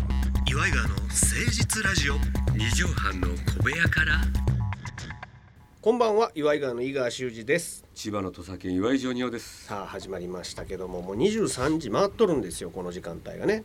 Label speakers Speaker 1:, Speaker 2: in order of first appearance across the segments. Speaker 1: イガーの誠実ラジオ
Speaker 2: 二畳半の小部屋から
Speaker 1: こんばんは岩井川の井川修司です
Speaker 2: 千葉の土佐県岩井上仁王です
Speaker 1: さあ始まりましたけどももう23時回っとるんですよこの時間帯がね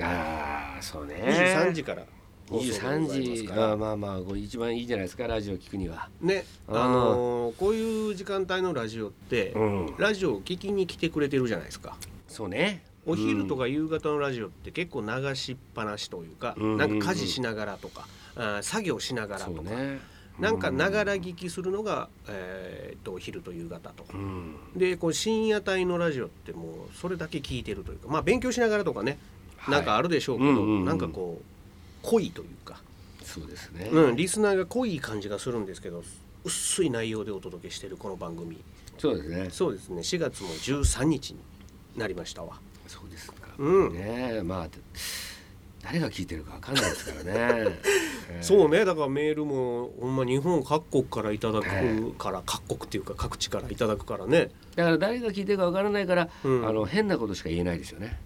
Speaker 2: ああそうね
Speaker 1: 23時から放送でございます
Speaker 2: 23時
Speaker 1: か
Speaker 2: ま
Speaker 1: ら
Speaker 2: あまあまあこれ一番いいじゃないですかラジオ聞くには
Speaker 1: ね
Speaker 2: あ
Speaker 1: あ
Speaker 2: ー
Speaker 1: のーこういう時間帯のラジオって、
Speaker 2: うん
Speaker 1: ラジオを聞きに来てくれてるじゃないですか
Speaker 2: そうね
Speaker 1: お昼とか夕方のラジオって結構流しっぱなしというか、
Speaker 2: うん
Speaker 1: なんか家事しながらとか、あー作業しながら
Speaker 2: そ
Speaker 1: とか、
Speaker 2: うね
Speaker 1: なんかながら
Speaker 2: う
Speaker 1: 聞きするのが、えーっとお昼と夕方と。
Speaker 2: うん
Speaker 1: でこう深夜帯のラジオってもうそれだけ聞いてるというかまあ勉強しながらとかね、
Speaker 2: はい
Speaker 1: なんかあるでしょうけど、
Speaker 2: うんうんうん
Speaker 1: なんかこう濃いというか、
Speaker 2: そうですね
Speaker 1: うん、リスナーが濃い感じがするんですけど薄い内容でお届けしてるこの番組
Speaker 2: そうですね
Speaker 1: そうですね4月も13日になりましたわ
Speaker 2: そうですか
Speaker 1: うん
Speaker 2: ねまあ誰が聞いてるかわかんないですからねえー
Speaker 1: そうねだからメールもほんま日本各国からいただ
Speaker 2: え
Speaker 1: くから各国っていうか各地からいただくからね
Speaker 2: だから誰が聞いてるかわからないからあ
Speaker 1: うん
Speaker 2: の変なことしか言えないですよね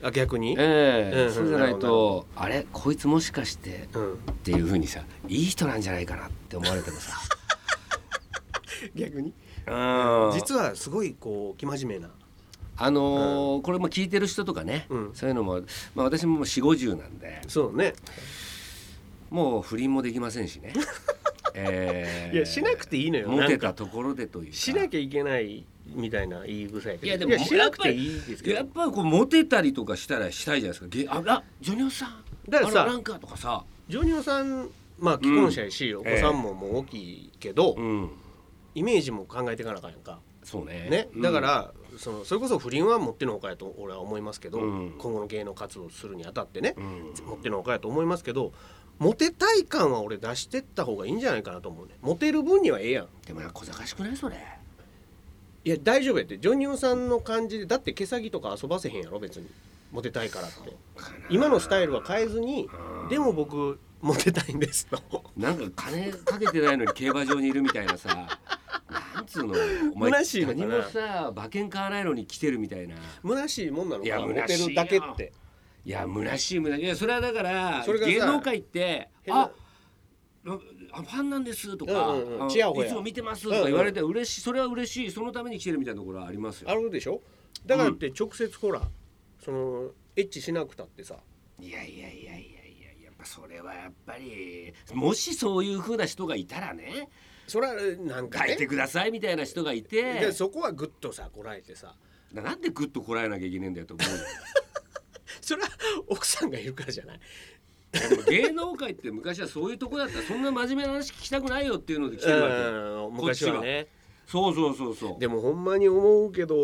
Speaker 1: あ逆に、
Speaker 2: え
Speaker 1: う
Speaker 2: え
Speaker 1: ん
Speaker 2: そうじゃないとあれこいつもしかして
Speaker 1: うん、
Speaker 2: っていうふうにさいい人なんじゃないかなって思われてもさ
Speaker 1: 逆に
Speaker 2: 実
Speaker 1: 実はすごいこう生真面目な
Speaker 2: あのーこれも聞いてる人とかね、
Speaker 1: うん
Speaker 2: そういうのも、まあ、私ももう4 5 0なんで
Speaker 1: そうね、
Speaker 2: もう不倫もできません しね、え
Speaker 1: いやしなくていいのよ
Speaker 2: モ
Speaker 1: なん
Speaker 2: テ
Speaker 1: か
Speaker 2: たところでというか
Speaker 1: しなきゃいけないみたいな言い草やけど
Speaker 2: いやでも
Speaker 1: しなくていいですけ
Speaker 2: やっ
Speaker 1: ど
Speaker 2: ぱりこうモテたりとかしたらしたいじゃないですかげあらジョニオさん
Speaker 1: だからさ
Speaker 2: あのなんかとかさ、
Speaker 1: ジョニオさんまあ既婚者やし、
Speaker 2: ん
Speaker 1: お子さんももう大きいけど、
Speaker 2: うん、
Speaker 1: イメージも考えていかなあかんやんか、
Speaker 2: そうね
Speaker 1: ね
Speaker 2: うん
Speaker 1: だから、そのそれこそ不倫はもってのほかやと俺は思いますけど、
Speaker 2: うん
Speaker 1: 今後の芸能活動するにあたってね
Speaker 2: う、ん
Speaker 1: もってのほかやと思いますけどモテたい感は俺出してった方がいいんじゃないかなと思うねモテる分にはええやん
Speaker 2: でもなんか小賢しくないそれ
Speaker 1: いや大丈夫やってジョニオさんの感じでだって毛先とか遊ばせへんやろ別にモテたいからって今のスタイルは変えずに
Speaker 2: うん
Speaker 1: でも僕モテたいんですと
Speaker 2: なんか金かけてないのに競馬場にいるみたいなさなんつうのお前
Speaker 1: 虚しいのか
Speaker 2: 何
Speaker 1: な
Speaker 2: もさ馬券買わないのに来てるみたいな
Speaker 1: 虚しいもんなの
Speaker 2: いや
Speaker 1: かモテ
Speaker 2: 虚しい
Speaker 1: る
Speaker 2: よ
Speaker 1: だけって
Speaker 2: いや虚しい虚しいいやそれはだから
Speaker 1: それがさ
Speaker 2: 芸能界って
Speaker 1: 変な
Speaker 2: ああファンなんですとか、
Speaker 1: うんうんうん
Speaker 2: あの
Speaker 1: ちやほや
Speaker 2: いつも見てますとか言われて嬉しい、それは嬉しいそのために来てるみたいなところはありますよ
Speaker 1: あるでしょだからって直接ほらそのエッチしなくたってさ
Speaker 2: いやいやいやいやいややっぱそれはやっぱりもしそういう風な人がいたらね
Speaker 1: それはなんか
Speaker 2: 書いて
Speaker 1: ね
Speaker 2: くださいみたいな人がいて
Speaker 1: でそこはグッとさこらえてさ
Speaker 2: ななんでグッとこらえなきゃいけねえんだよと思うよ
Speaker 1: それは奥さんがいるからじゃない
Speaker 2: でも芸能界って昔はそういうとこだったそんな真面目な話聞きたくないよっていうので来てるわけよ
Speaker 1: うん昔はね
Speaker 2: そうそうそうそう
Speaker 1: でもほんまに思うけど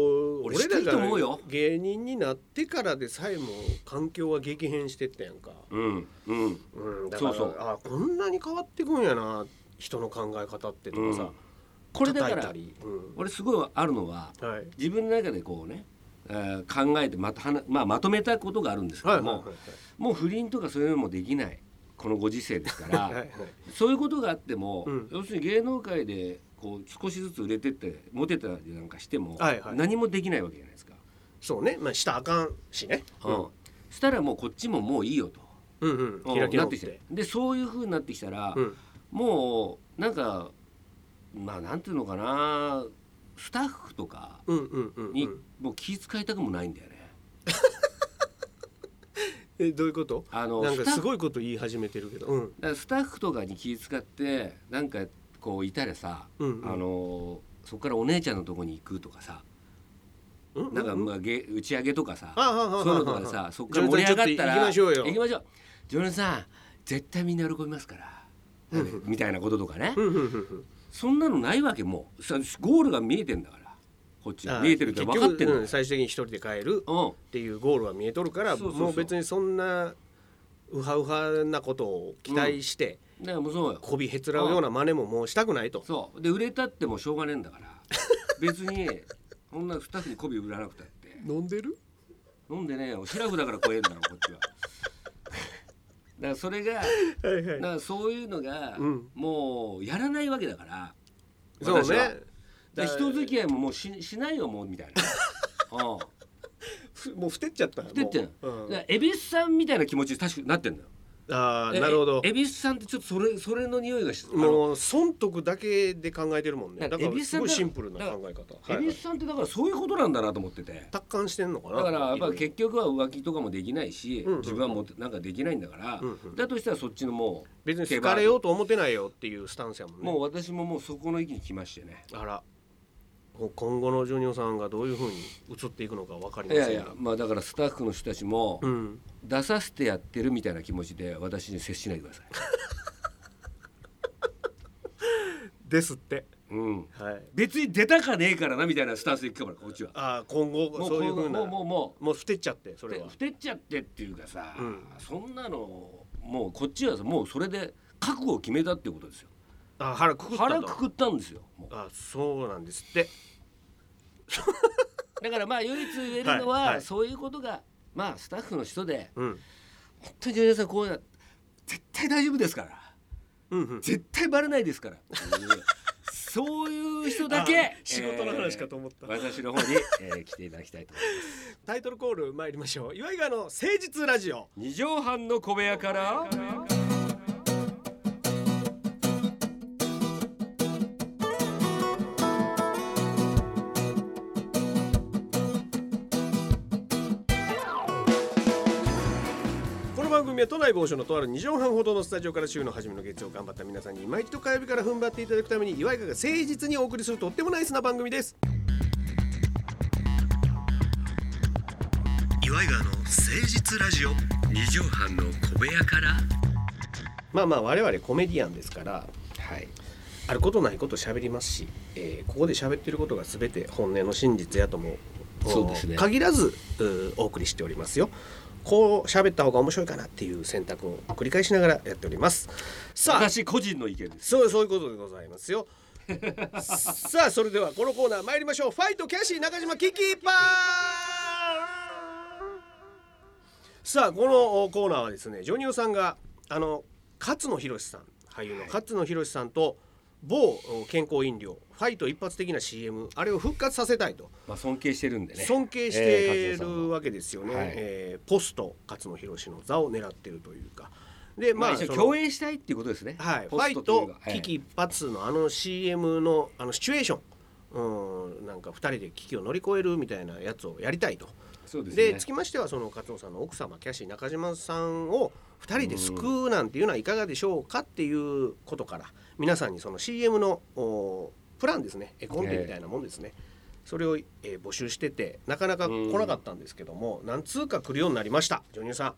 Speaker 2: 俺知ってると思うよ
Speaker 1: 俺らが芸人になってからでさえも環境は激変してったやんか、
Speaker 2: うんうん
Speaker 1: うん、だから
Speaker 2: そうそう
Speaker 1: あこんなに変わってくんやな人の考え方ってとか
Speaker 2: う
Speaker 1: さ
Speaker 2: ん、これだか
Speaker 1: 叩いた
Speaker 2: ら
Speaker 1: り、う
Speaker 2: 俺すごいあるのは
Speaker 1: んはい、
Speaker 2: 自分の中でこうねえー考えてまたはな、まあ、まとめたことがあるんですけ
Speaker 1: はいはい
Speaker 2: ど
Speaker 1: はい
Speaker 2: ももう不倫とかそういうのもできないこのご時世ですか
Speaker 1: はいは
Speaker 2: ら
Speaker 1: い
Speaker 2: そういうことがあっても、
Speaker 1: うん
Speaker 2: 要するに芸能界でこう少しずつ売れてってモテたりなんかしても、
Speaker 1: はいはい
Speaker 2: 何もできないわけじゃないですか。
Speaker 1: そうねまあしたらあかんしね、
Speaker 2: うんしたらもうこっちももういいよと。
Speaker 1: うんうん開き直
Speaker 2: なっ
Speaker 1: って
Speaker 2: てきてでそういう風になってきたら、
Speaker 1: うん
Speaker 2: もうなんかまあなんていうのかなスタッフとか
Speaker 1: うんうんうん、う
Speaker 2: に
Speaker 1: ん、
Speaker 2: もう気遣いたくもないんだよね。
Speaker 1: えどういうこと
Speaker 2: あの
Speaker 1: なん
Speaker 2: ス
Speaker 1: か
Speaker 2: タッ
Speaker 1: す
Speaker 2: フ
Speaker 1: ごいこと言い始めてるけど、うん、
Speaker 2: だからスタッフとかに気遣ってなんかこういたらさ、
Speaker 1: うんうん
Speaker 2: あのそこからお姉ちゃんのとこに行くとかさ、
Speaker 1: うん
Speaker 2: なんかまあげ打ち上げとかさ、
Speaker 1: あはははは
Speaker 2: そういうのとかでさそこから盛り上がったら
Speaker 1: 行きましょうよ
Speaker 2: 行きましょうジョナさん絶対みんな喜びますから、
Speaker 1: うん
Speaker 2: みたいなこととかね、
Speaker 1: うんうんうんうん
Speaker 2: そんなのないわけもうさゴールが見えてんだからこっち
Speaker 1: あ
Speaker 2: 見えてるって分かって
Speaker 1: 結
Speaker 2: んだ
Speaker 1: 局
Speaker 2: か
Speaker 1: う
Speaker 2: ら
Speaker 1: ん最終的に一人で帰る
Speaker 2: うん
Speaker 1: っていうゴールは見えとるから
Speaker 2: そうそうそう
Speaker 1: もう別にそんなウハウハなことを期待して、
Speaker 2: だからもうそうよ
Speaker 1: こびへつらうような真似ももうしたくないと、
Speaker 2: そうで売れたってもうしょうがねえ んだから別にそんなスタッフに媚び売らなくたって
Speaker 1: 飲んでる
Speaker 2: 飲んでねえよシラフだから怖えんだろこっちはだからそれが
Speaker 1: はい
Speaker 2: だからそういうのが、
Speaker 1: うん
Speaker 2: もうやらないわけだから
Speaker 1: そう
Speaker 2: 私は
Speaker 1: ね
Speaker 2: だから人付き合いももうししないよもうみたい なうん
Speaker 1: ふもうふてっちゃった
Speaker 2: だって
Speaker 1: もううん
Speaker 2: だから恵比寿さんみたいな気持ちに確かになってんだよ
Speaker 1: ああなるほど
Speaker 2: え恵比寿さんってちょっとそれそれの匂いがしあの
Speaker 1: もう損得だけで考えてるもんね
Speaker 2: だ
Speaker 1: だ
Speaker 2: から
Speaker 1: か
Speaker 2: 恵比
Speaker 1: ら
Speaker 2: 寿さ
Speaker 1: す
Speaker 2: ん
Speaker 1: ご
Speaker 2: が
Speaker 1: いシンプルな考え方はい
Speaker 2: 恵
Speaker 1: は
Speaker 2: 比
Speaker 1: い
Speaker 2: 寿さんってだからそういうことなんだなと思ってて
Speaker 1: 達観してんのかな
Speaker 2: だからやっ
Speaker 1: いろ
Speaker 2: ぱ
Speaker 1: いろ
Speaker 2: 結局は浮気とかもできないし、
Speaker 1: うんうん
Speaker 2: 自分はもうなんかできないんだから、
Speaker 1: うんうん
Speaker 2: だとしたらそっちのもう
Speaker 1: 別に好かれようと思ってないよっていうスタンスやもんね
Speaker 2: もう私ももうそこの域に来ましてね
Speaker 1: あらもう今後のジュニオさんがどういうふうに移っていくのか分かり
Speaker 2: い
Speaker 1: ません
Speaker 2: や
Speaker 1: が
Speaker 2: いやまあだからスタッフの人たちも
Speaker 1: うん
Speaker 2: 出させてやってるみたいな気持ちで私に接しないでください、
Speaker 1: ですって
Speaker 2: うん、
Speaker 1: はい
Speaker 2: 別に出たかねえからなみたいなスタンスでいくからこっちは
Speaker 1: ああ今後
Speaker 2: も
Speaker 1: そういう
Speaker 2: こ
Speaker 1: ふうな
Speaker 2: もうもうも
Speaker 1: もう捨てちゃってそうれ
Speaker 2: で
Speaker 1: は
Speaker 2: ふてっちゃってっていうかさ、
Speaker 1: うん
Speaker 2: そんなのもうこっちはさもうそれで覚悟を決めたっていうことですよ
Speaker 1: あ腹くくったと
Speaker 2: 腹くくったんですよもう
Speaker 1: あそうなんですって
Speaker 2: だからまあ唯一言えるのは、
Speaker 1: はいはい
Speaker 2: そういうことがまあスタッフの人で
Speaker 1: うん
Speaker 2: 本当にジュニアさんこういうのは絶対大丈夫ですから
Speaker 1: うんうん
Speaker 2: 絶対バレないですからっていうそういう人だ
Speaker 1: あ
Speaker 2: け
Speaker 1: 仕事の話かと思った
Speaker 2: えー私の方に、えー来ていただきたいと思います
Speaker 1: タイトルコール参りましょう岩井川の誠実ラジオ
Speaker 2: 二畳半の小部屋から
Speaker 1: この番組は都内某所のとある2畳半ほどのスタジオから週の初めの月曜頑張った皆さんに毎日と火曜日から踏ん張っていただくために岩井川が誠実にお送りするとってもナイスな番組です岩井川の誠実ラジオ
Speaker 2: 二畳半の小部屋から
Speaker 1: まあまあ我々コメディアンですから
Speaker 2: はい
Speaker 1: あることないこと喋りますし、えーここで喋ってることが全て本音の真実やとも
Speaker 2: そうですね
Speaker 1: 限らずうーお送りしておりますよこう喋った方が面白いかなっていう選択を繰り返しながらやっておりますさあ
Speaker 2: 私個人の意見です
Speaker 1: そうそういうことでございます よさあそれではこのコーナー参りましょうファイトキャシー中島キキパーさあこのコーナーはですねジョニオさんがあの勝野博さん俳優の勝野博さんと某健康飲料ファイト一発的な CM あれを復活させたいと
Speaker 2: まあ尊敬してるんでね
Speaker 1: 尊敬し
Speaker 2: え
Speaker 1: て
Speaker 2: ー勝野さ
Speaker 1: る
Speaker 2: んは
Speaker 1: わけですよね、
Speaker 2: はい
Speaker 1: えーポスト勝野博の座を狙ってるというかで
Speaker 2: まあ
Speaker 1: そ
Speaker 2: 一緒
Speaker 1: の
Speaker 2: に共演したいっていうことですね
Speaker 1: はい、フ
Speaker 2: ホ
Speaker 1: ァ
Speaker 2: ス
Speaker 1: イ
Speaker 2: いう
Speaker 1: ト
Speaker 2: かはい
Speaker 1: 危機一髪のあの CM のあのシチュエーションうんなんか2人で危機を乗り越えるみたいなやつをやりたいと。
Speaker 2: そうです
Speaker 1: で
Speaker 2: ね
Speaker 1: つきましてはその勝野さんの奥様キャシー中島さんを2人で救うなんていうのはいかがでしょうかっていうことから皆さんにその CM のおプランですね絵コンテみたいなもんですね、それを、えー募集しててなかなか来なかったんですけども何通か来るようになりましたジョニオさん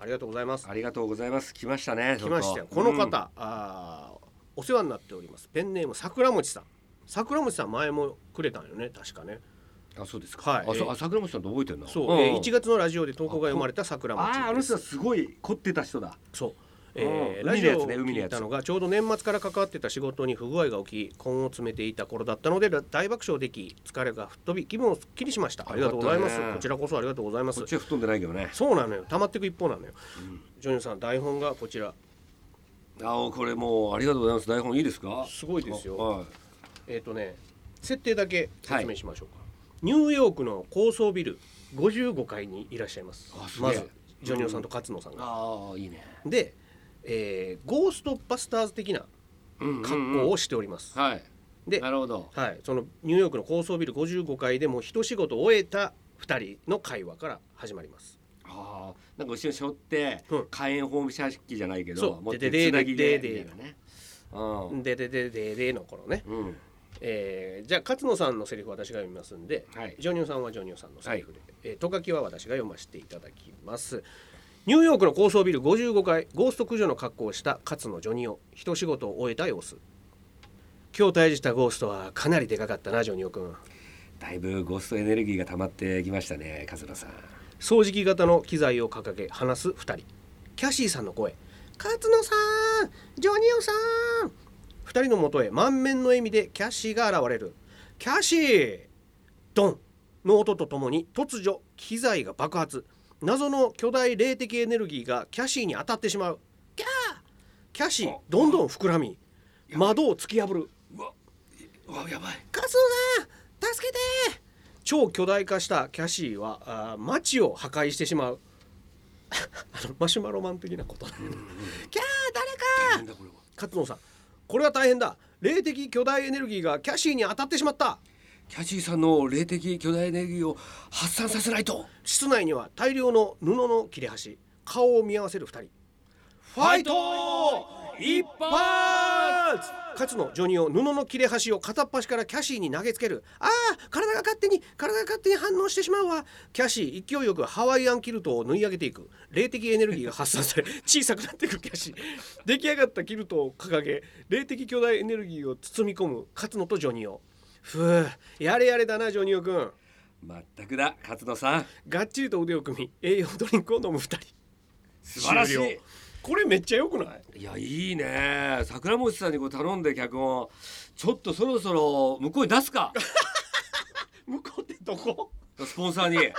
Speaker 1: ありがとうございます。
Speaker 2: ありがとうございます来ましたね
Speaker 1: 来ましたよ
Speaker 2: ちょ
Speaker 1: こ
Speaker 2: っ
Speaker 1: の
Speaker 2: と
Speaker 1: 方、あーお世話になっておりますペンネーム桜餅さん桜餅さん前もくれたんよね確かね
Speaker 2: うんあそうですか
Speaker 1: はい
Speaker 2: あ
Speaker 1: え
Speaker 2: そう
Speaker 1: ー
Speaker 2: あ桜本さんと覚えてるな
Speaker 1: そう、
Speaker 2: ん
Speaker 1: えー1月のラジオで投稿が読まれた桜餅
Speaker 2: あああの人はすごい凝ってた人だ
Speaker 1: そうえー
Speaker 2: うん
Speaker 1: ラジオを
Speaker 2: 海のやつね海の
Speaker 1: 聞
Speaker 2: や
Speaker 1: い
Speaker 2: つ
Speaker 1: たのがちょうど年末から関わってた仕事に不具合が起き根を詰めていた頃だったので大爆笑でき疲れが吹っ飛び気分をすっきりしましたありがとうございます、
Speaker 2: よかったね
Speaker 1: こちらこそありがとうございます
Speaker 2: こっちは吹っ飛んでないけどね
Speaker 1: そうなのよ溜まっていく一方なのよ、ジョニオさん台本がこちら
Speaker 2: ああこれもうありがとうございます台本いいですか
Speaker 1: すごいですよ
Speaker 2: はい
Speaker 1: えっ、とね設定だけ説明しましょうか、ニューヨークの高層ビル55階にいらっしゃいます
Speaker 2: あすげえ
Speaker 1: まずジョニオさんと勝野さんが、
Speaker 2: ああいいね
Speaker 1: で、えーゴーストバスターズ的な格好をしております、
Speaker 2: はい
Speaker 1: で
Speaker 2: なるほど
Speaker 1: はい、そのニューヨークの高層ビル55階でもう一仕事終えた2人の会話から始まります
Speaker 2: ああなんか後ろ背負って
Speaker 1: うん
Speaker 2: 火炎放射式じゃないけ
Speaker 1: そう
Speaker 2: ど持っ
Speaker 1: で
Speaker 2: て
Speaker 1: で
Speaker 2: つなぎ
Speaker 1: で
Speaker 2: で
Speaker 1: でで
Speaker 2: みたいなねうん
Speaker 1: でででででの頃ね、
Speaker 2: うん
Speaker 1: えーじゃあ勝野さんのセリフ私が読みますんで、
Speaker 2: はい
Speaker 1: ジョニオさんはジョニオさんのセリフで、えー、トカキは私が読ませていただきますニューヨークの高層ビル55階ゴースト駆除の格好をした勝野ジョニオ一仕事を終えた様子今日退治したゴーストはかなりでかかったなジョニオ君
Speaker 2: だいぶゴーストエネルギーが溜まってきましたね和野さん
Speaker 1: 掃除機型の機材を掲げ話す2人キャシーさんの声勝野さんジョニオさん2人のもとへ満面の笑みでキャシーが現れるキャシードンの音とともに突如機材が爆発謎の巨大霊的エネルギーがキャシーに当たってしまうキャーキャシーどんどん膨らみ窓を突き破る
Speaker 2: うわうわやばい
Speaker 1: カツオさん助けて超巨大化したキャシーはあー街を破壊してしまう あのマシュマロマン的なことだけどキャー誰か
Speaker 2: 大変だこれは
Speaker 1: 勝野さんこれは大変だ霊的巨大エネルギーがキャシーに当たってしまった
Speaker 2: キャシーさんの霊的巨大エネルギーを発散させないと
Speaker 1: 室内には大量の布の切れ端顔を見合わせる2人ファイト
Speaker 2: 一
Speaker 1: 発勝野ジョニオ布の切れ端を片っ端からキャシーに投げつけるあー体が勝手に体が勝手に反応してしまうわキャシー勢いよくハワイアンキルトを縫い上げていく霊的エネルギーが発散 され小さくなっていくキャシー出来上がったキルトを掲げ霊的巨大エネルギーを包み込む勝野とジョニオふうやれやれだなジョニオくん
Speaker 2: 全くだ勝野さん
Speaker 1: がっちりと腕を組み栄養ドリンクを飲む2人
Speaker 2: 素晴らし
Speaker 1: 終了
Speaker 2: い
Speaker 1: これめっちゃ良くない
Speaker 2: いやいいね桜餅さんにこう頼んで脚本ちょっとそろそろ向こうに出す か
Speaker 1: 向こうってどこ
Speaker 2: スポンサーに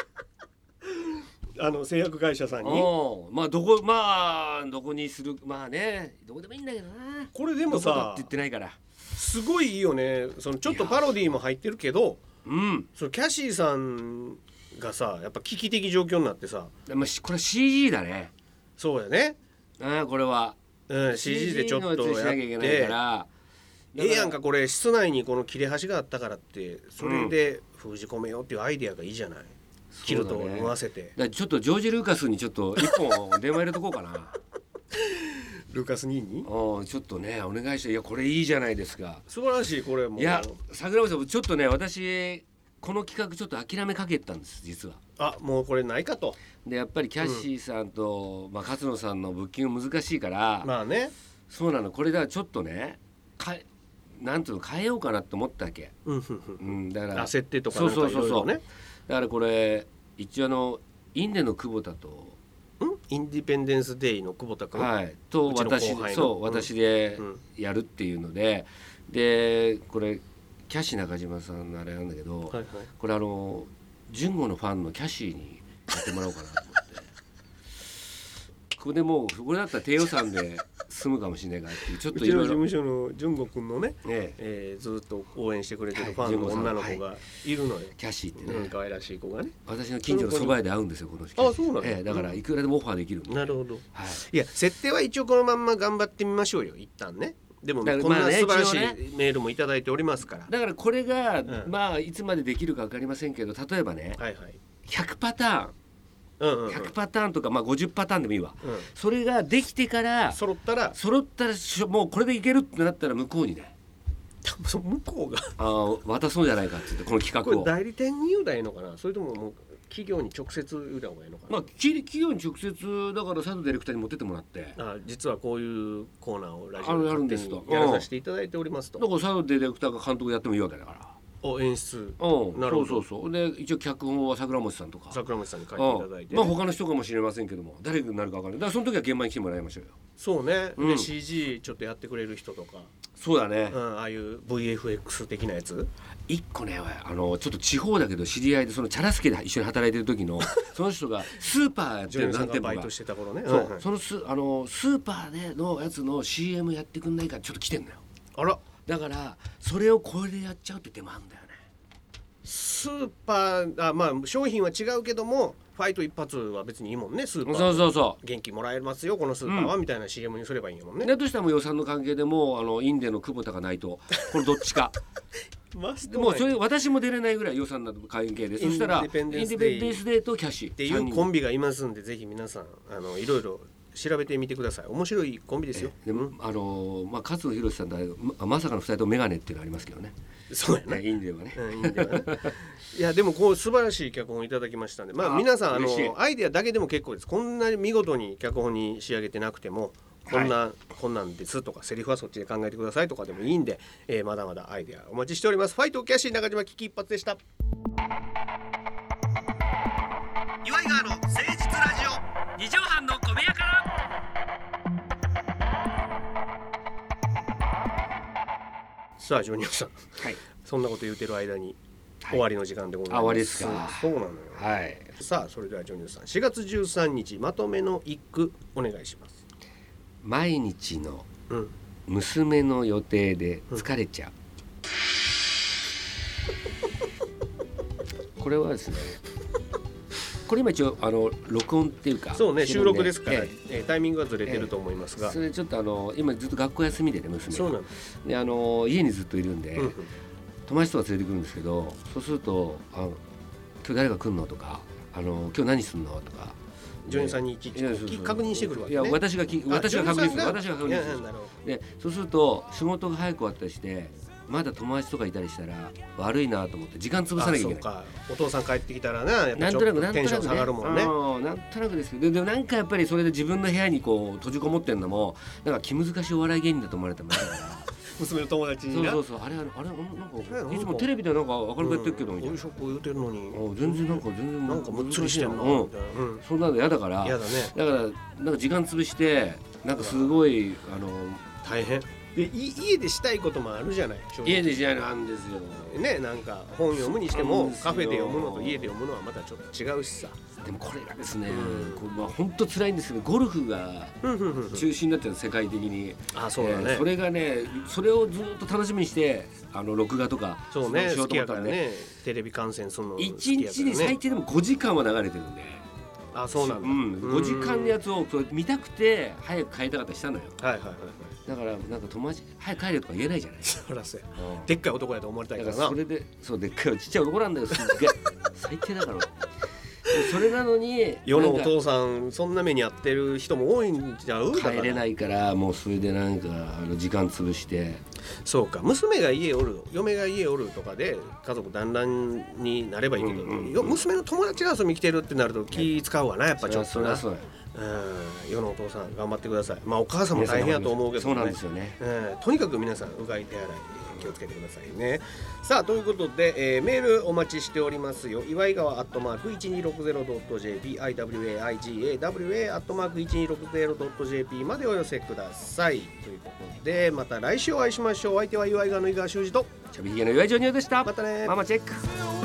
Speaker 1: あの製薬会社さんに
Speaker 2: うんまあどこまあどこにするまあねどこでもいいんだけどな
Speaker 1: これで
Speaker 2: で
Speaker 1: も
Speaker 2: だっ
Speaker 1: さ
Speaker 2: て言ってないから
Speaker 1: すごいいいよねそのちょっとパロディーも入ってるけど
Speaker 2: うん
Speaker 1: そのキャシーさんがさやっぱ危機的状況になってさ
Speaker 2: まあしこれ CG だね
Speaker 1: そうやね、
Speaker 2: うんこれは
Speaker 1: うん、CG でちょっと
Speaker 2: のやつにし
Speaker 1: やっ
Speaker 2: なきゃいけないか
Speaker 1: て
Speaker 2: ら
Speaker 1: ええやんかこれ室内にこの切れ端があったからってそれで封じ込めようっていうアイデアがいいじゃない、キルトを縫わせて、
Speaker 2: だからちょっとジョージ・ルーカスにちょっと一本電話入れとこうかな
Speaker 1: ルーカス・ニーニ
Speaker 2: うんちょっとねお願いしていやこれいいじゃないですか
Speaker 1: 素晴らしいこれもう
Speaker 2: いや桜庭さんちょっとね私この企画ちょっと諦めかけてたんです実は
Speaker 1: あもうこれないかと
Speaker 2: でやっぱりキャッシーさんと、まあ、勝野さんのブッキング難しいから、
Speaker 1: まあね
Speaker 2: そうなのこれだからちょっとねかえなんていうの変えようかなって思ったわけ、
Speaker 1: うんうんうん
Speaker 2: うん、だから
Speaker 1: あ設定とかなんか
Speaker 2: そう
Speaker 1: い
Speaker 2: そう
Speaker 1: ろ
Speaker 2: そう
Speaker 1: い
Speaker 2: そ
Speaker 1: ろ
Speaker 2: う
Speaker 1: ね
Speaker 2: だからこれ一応あのインデの久保田と
Speaker 1: んインディペンデンス・デイの久保田君、
Speaker 2: はい、と
Speaker 1: うちの後輩
Speaker 2: 私
Speaker 1: の
Speaker 2: そううん私で
Speaker 1: うん
Speaker 2: やるっていうので、でこれキャシー中島さんのあれなんだけど、
Speaker 1: はいはい
Speaker 2: これあの純吾のファンのキャシーにやっても らおうかなと思ってここでもうこれだったら低予算で済むかもしれないからっていうちょっ
Speaker 1: う
Speaker 2: と
Speaker 1: ち
Speaker 2: い
Speaker 1: の事
Speaker 2: ろいろ。
Speaker 1: 務所の純吾君のね、
Speaker 2: ねえ
Speaker 1: えー、ずっと応援してくれて
Speaker 2: は
Speaker 1: る
Speaker 2: い
Speaker 1: ファンの
Speaker 2: 純吾さん
Speaker 1: 女の子がいるのよ、
Speaker 2: キャシーって
Speaker 1: うん
Speaker 2: ね、
Speaker 1: 可愛らしい子がね
Speaker 2: 私の近所のそば屋で会うんですよこの人
Speaker 1: あそうなの
Speaker 2: ええだからいくらでもオファーできるんで
Speaker 1: なるほど
Speaker 2: はい
Speaker 1: いや設定は一応このまんま頑張ってみましょうよ一旦ねでもこ
Speaker 2: だ
Speaker 1: ん
Speaker 2: からまあ
Speaker 1: な
Speaker 2: ね
Speaker 1: 素晴らし
Speaker 2: 一応ね
Speaker 1: いメールもいただいておりますから、
Speaker 2: だからこれが、
Speaker 1: うん
Speaker 2: まあいつまでできるかわかりませんけど例えばね
Speaker 1: はいはい
Speaker 2: 100パターン
Speaker 1: うんうん、うん
Speaker 2: 100パターンとか、まあ、50パターンでもいいわ
Speaker 1: うん、
Speaker 2: それができてから
Speaker 1: 揃ったら
Speaker 2: 揃ったらしょもうこれでいけるってなったら向こうにね
Speaker 1: 多分その向こうが
Speaker 2: あー渡そうじゃないかって言ってこの企
Speaker 1: これ
Speaker 2: 画を。
Speaker 1: 代理店に言うたらいいのかなそれとももう企業に直接言うた方がいいのかな、
Speaker 2: まあ、企企業に直接だから佐藤ディレクターに持ってってもらってだか
Speaker 1: あ実はこういうコーナーをラジ
Speaker 2: あ
Speaker 1: オ
Speaker 2: る
Speaker 1: で
Speaker 2: あるんです
Speaker 1: 勝手に
Speaker 2: と
Speaker 1: やらさせていただいております
Speaker 2: ら
Speaker 1: と。
Speaker 2: 佐藤ディレクターが監督やってもいいわけだから
Speaker 1: お演出
Speaker 2: うん
Speaker 1: なるほど
Speaker 2: そうそうそうで一応脚本は桜本さんとか
Speaker 1: 桜餅さんに書いていただい
Speaker 2: うん
Speaker 1: て、
Speaker 2: まあ他の人かもしれませんけども誰になるか分かんないだからその時は現場に来てもらいましょうよ
Speaker 1: そうね、
Speaker 2: う
Speaker 1: で
Speaker 2: ん
Speaker 1: CG ちょっとやってくれる人とか、
Speaker 2: そうだね
Speaker 1: うん、ああいう VFX 的なやつ
Speaker 2: 一個ねあのちょっと地方だけど知り合いでそのチャラスケで一緒に働いてる 時のその人がスーパーやって
Speaker 1: ジョ
Speaker 2: る
Speaker 1: ニーさん
Speaker 2: 何
Speaker 1: が
Speaker 2: 店舗
Speaker 1: バイ
Speaker 2: か
Speaker 1: トしてた頃ね
Speaker 2: そう、
Speaker 1: んん
Speaker 2: そのスあのスーパーでのやつの CM やってくんないからちょっと来てんのよ
Speaker 1: あら
Speaker 2: だからそれをこれでやっちゃうって手もあるんだよね
Speaker 1: スーパーあまあ商品は違うけどもファイト一発は別にいいもんねスーパ
Speaker 2: そう
Speaker 1: ー
Speaker 2: そうそ
Speaker 1: 元気もらえますよこのスーパーは、みたいな CM にすればいいんやもん
Speaker 2: う
Speaker 1: ね。
Speaker 2: だとしたらもう予算の関係でもうあのインデの久保田がないとこれどっ ちか
Speaker 1: マス
Speaker 2: でもうそれ私も出れないぐらい予算の関係でそした
Speaker 1: イ
Speaker 2: らイ
Speaker 1: ン
Speaker 2: ン
Speaker 1: ディペンデ
Speaker 2: デ
Speaker 1: ンス
Speaker 2: ィ
Speaker 1: デイ
Speaker 2: ペンデンスデーとキャッシーっ
Speaker 1: っていうコンビがいますんでぜひ皆さんあのいろいろ調べてみてください面白いコンビですよ
Speaker 2: でも、あのまあ勝野博さんとあれままさかの二人ともメガネっていうのありますけどね。
Speaker 1: そうやな、
Speaker 2: ねインディはね。
Speaker 1: うんいいんだよねいやでもこう素晴らしい脚本いただきましたんでまあ
Speaker 2: あ
Speaker 1: 皆さんあ
Speaker 2: 嬉しい
Speaker 1: のアイデアだけでも結構ですこんなに見事に脚本に仕上げてなくてもこんな、こんなんですとかセリフはそっちで考えてくださいとかでもいいんで、えーまだまだアイデアお待ちしておりますファイトキャッシー中島危機一発でした岩井川の誠実ラジオ
Speaker 2: 二畳半の小部屋から。
Speaker 1: さあジョニオさん
Speaker 2: はい。
Speaker 1: そんなこと言うてる間に
Speaker 2: はい
Speaker 1: 終わりの時間でございます。
Speaker 2: あ終わりですか
Speaker 1: そうなのよ。
Speaker 2: はい。
Speaker 1: さあそれではジョニオさん、4月13日まとめの一句お願いします。
Speaker 2: 毎日の
Speaker 1: うん。
Speaker 2: 娘の予定で疲れちゃう。これはですね。これ今一応あの録音っていうか
Speaker 1: そうね収録ですから、
Speaker 2: え
Speaker 1: えータイミングがずれてると思います
Speaker 2: え
Speaker 1: が、
Speaker 2: それちょっとあの今ずっと学校休みでね娘
Speaker 1: そうな
Speaker 2: が
Speaker 1: んです、
Speaker 2: であの家にずっといるんで、
Speaker 1: うんうん
Speaker 2: 友達とか連れてくるんですけどそうすると「あの今日誰が来んの?」とかあの「今日何すんの?」とか
Speaker 1: ジョニーさんにいちいち
Speaker 2: いやそうそう
Speaker 1: 確認してくるわけ、
Speaker 2: いや
Speaker 1: ね、
Speaker 2: 私がき
Speaker 1: あ
Speaker 2: 私が確認する私が確
Speaker 1: いや
Speaker 2: 認
Speaker 1: い
Speaker 2: す
Speaker 1: や
Speaker 2: る
Speaker 1: なるほ
Speaker 2: でそうすると仕事が早く終わったりしてまだ友達とかいたりしたら悪いなと思って時間
Speaker 1: ど
Speaker 2: 潰さなきゃいけ
Speaker 1: あそ
Speaker 2: な
Speaker 1: う
Speaker 2: い。
Speaker 1: かお父さん帰ってきたらなやっ
Speaker 2: な
Speaker 1: ぱ
Speaker 2: ん
Speaker 1: ちょ
Speaker 2: とな
Speaker 1: っと
Speaker 2: くなんと
Speaker 1: テンショ
Speaker 2: な
Speaker 1: ン
Speaker 2: く
Speaker 1: 下がるもんね
Speaker 2: うんなんとなくですけどででもなんかやっぱりそれで自分の部屋にこう閉じこもってんのもなんか気難しいお笑い芸人だと思われても嫌だ から
Speaker 1: 娘の友達
Speaker 2: そ
Speaker 1: に
Speaker 2: う
Speaker 1: な
Speaker 2: そうそうあれあれあれ
Speaker 1: な
Speaker 2: な
Speaker 1: んん
Speaker 2: か
Speaker 1: か
Speaker 2: いつもテレビでなんか明るくやってるけどみたい
Speaker 1: うんお
Speaker 2: ない
Speaker 1: しょこ言うてるのに
Speaker 2: あ全然なんか全然
Speaker 1: なんかむっつりしてんな
Speaker 2: う
Speaker 1: み
Speaker 2: ん
Speaker 1: たいなうん
Speaker 2: そんなの嫌だから
Speaker 1: 嫌だね
Speaker 2: だからなんか時間潰してなんかすごいあの
Speaker 1: 大変でい家でしたいこともあるじゃない正直
Speaker 2: 家で試合なんですよ
Speaker 1: ねなんか本読むにして
Speaker 2: そうな
Speaker 1: も
Speaker 2: んですよ
Speaker 1: カフェで読むのと家で読むのはまたちょっと違うしさ
Speaker 2: でもこれがですね、
Speaker 1: うん
Speaker 2: こうまあ本当辛いんですけどゴルフが
Speaker 1: うんうんうん
Speaker 2: 中心になってる世界的に、
Speaker 1: あそうだ
Speaker 2: えー
Speaker 1: ね
Speaker 2: それがねそれをずっと楽しみにしてあの録画とか
Speaker 1: そうね
Speaker 2: しよ
Speaker 1: 好
Speaker 2: うと
Speaker 1: き
Speaker 2: 思っ
Speaker 1: や
Speaker 2: た
Speaker 1: からら
Speaker 2: ね
Speaker 1: ねテレビ観戦その好
Speaker 2: 一
Speaker 1: きやか
Speaker 2: 日
Speaker 1: ら
Speaker 2: に最
Speaker 1: ね
Speaker 2: 低でも5時間は流れてるんで
Speaker 1: あそうなんだ
Speaker 2: 5時間のやつをこう見たくて早く帰りたかったりしたのよ
Speaker 1: はいはいはいはい
Speaker 2: だからなんか友達早く帰るとか言えないじゃないですか
Speaker 1: そらそうや
Speaker 2: うん
Speaker 1: でっかい男やと思われたい
Speaker 2: だ
Speaker 1: か
Speaker 2: からら
Speaker 1: な
Speaker 2: それでそうでっかいちっちゃい男なんだよすっげえ 最低だからそれなのに
Speaker 1: 世のお
Speaker 2: なんか
Speaker 1: 父さんそんな目に遭ってる人も多いんちゃう
Speaker 2: 帰れ
Speaker 1: い
Speaker 2: ないからもうそれでなんかあの時間潰して
Speaker 1: そうか娘が家おる嫁が家おるとかで家族団らんになればいいけど、
Speaker 2: うんうんうん
Speaker 1: よ娘の友達が遊びに来てるってなると気使うわなやっぱちょっと
Speaker 2: そり
Speaker 1: な、
Speaker 2: ゃそうだ
Speaker 1: うん世のお父さん頑張ってくださいまあお母さんも大変やと思うけど、ね、
Speaker 2: そうなんですよね
Speaker 1: えーとにかく皆さんうがい手洗いえー気をつけてくださいねさあということで、えーメールお待ちしておりますよ岩井川アットマーク 1260.jp iwaigawa アットマーク 1260.jp までお寄せくださいということでまた来週お会いしましょうお相手は岩井川の井川修司と
Speaker 2: ちゃびひげの岩井ジョニオでした
Speaker 1: またね
Speaker 2: ママチェック
Speaker 3: Thank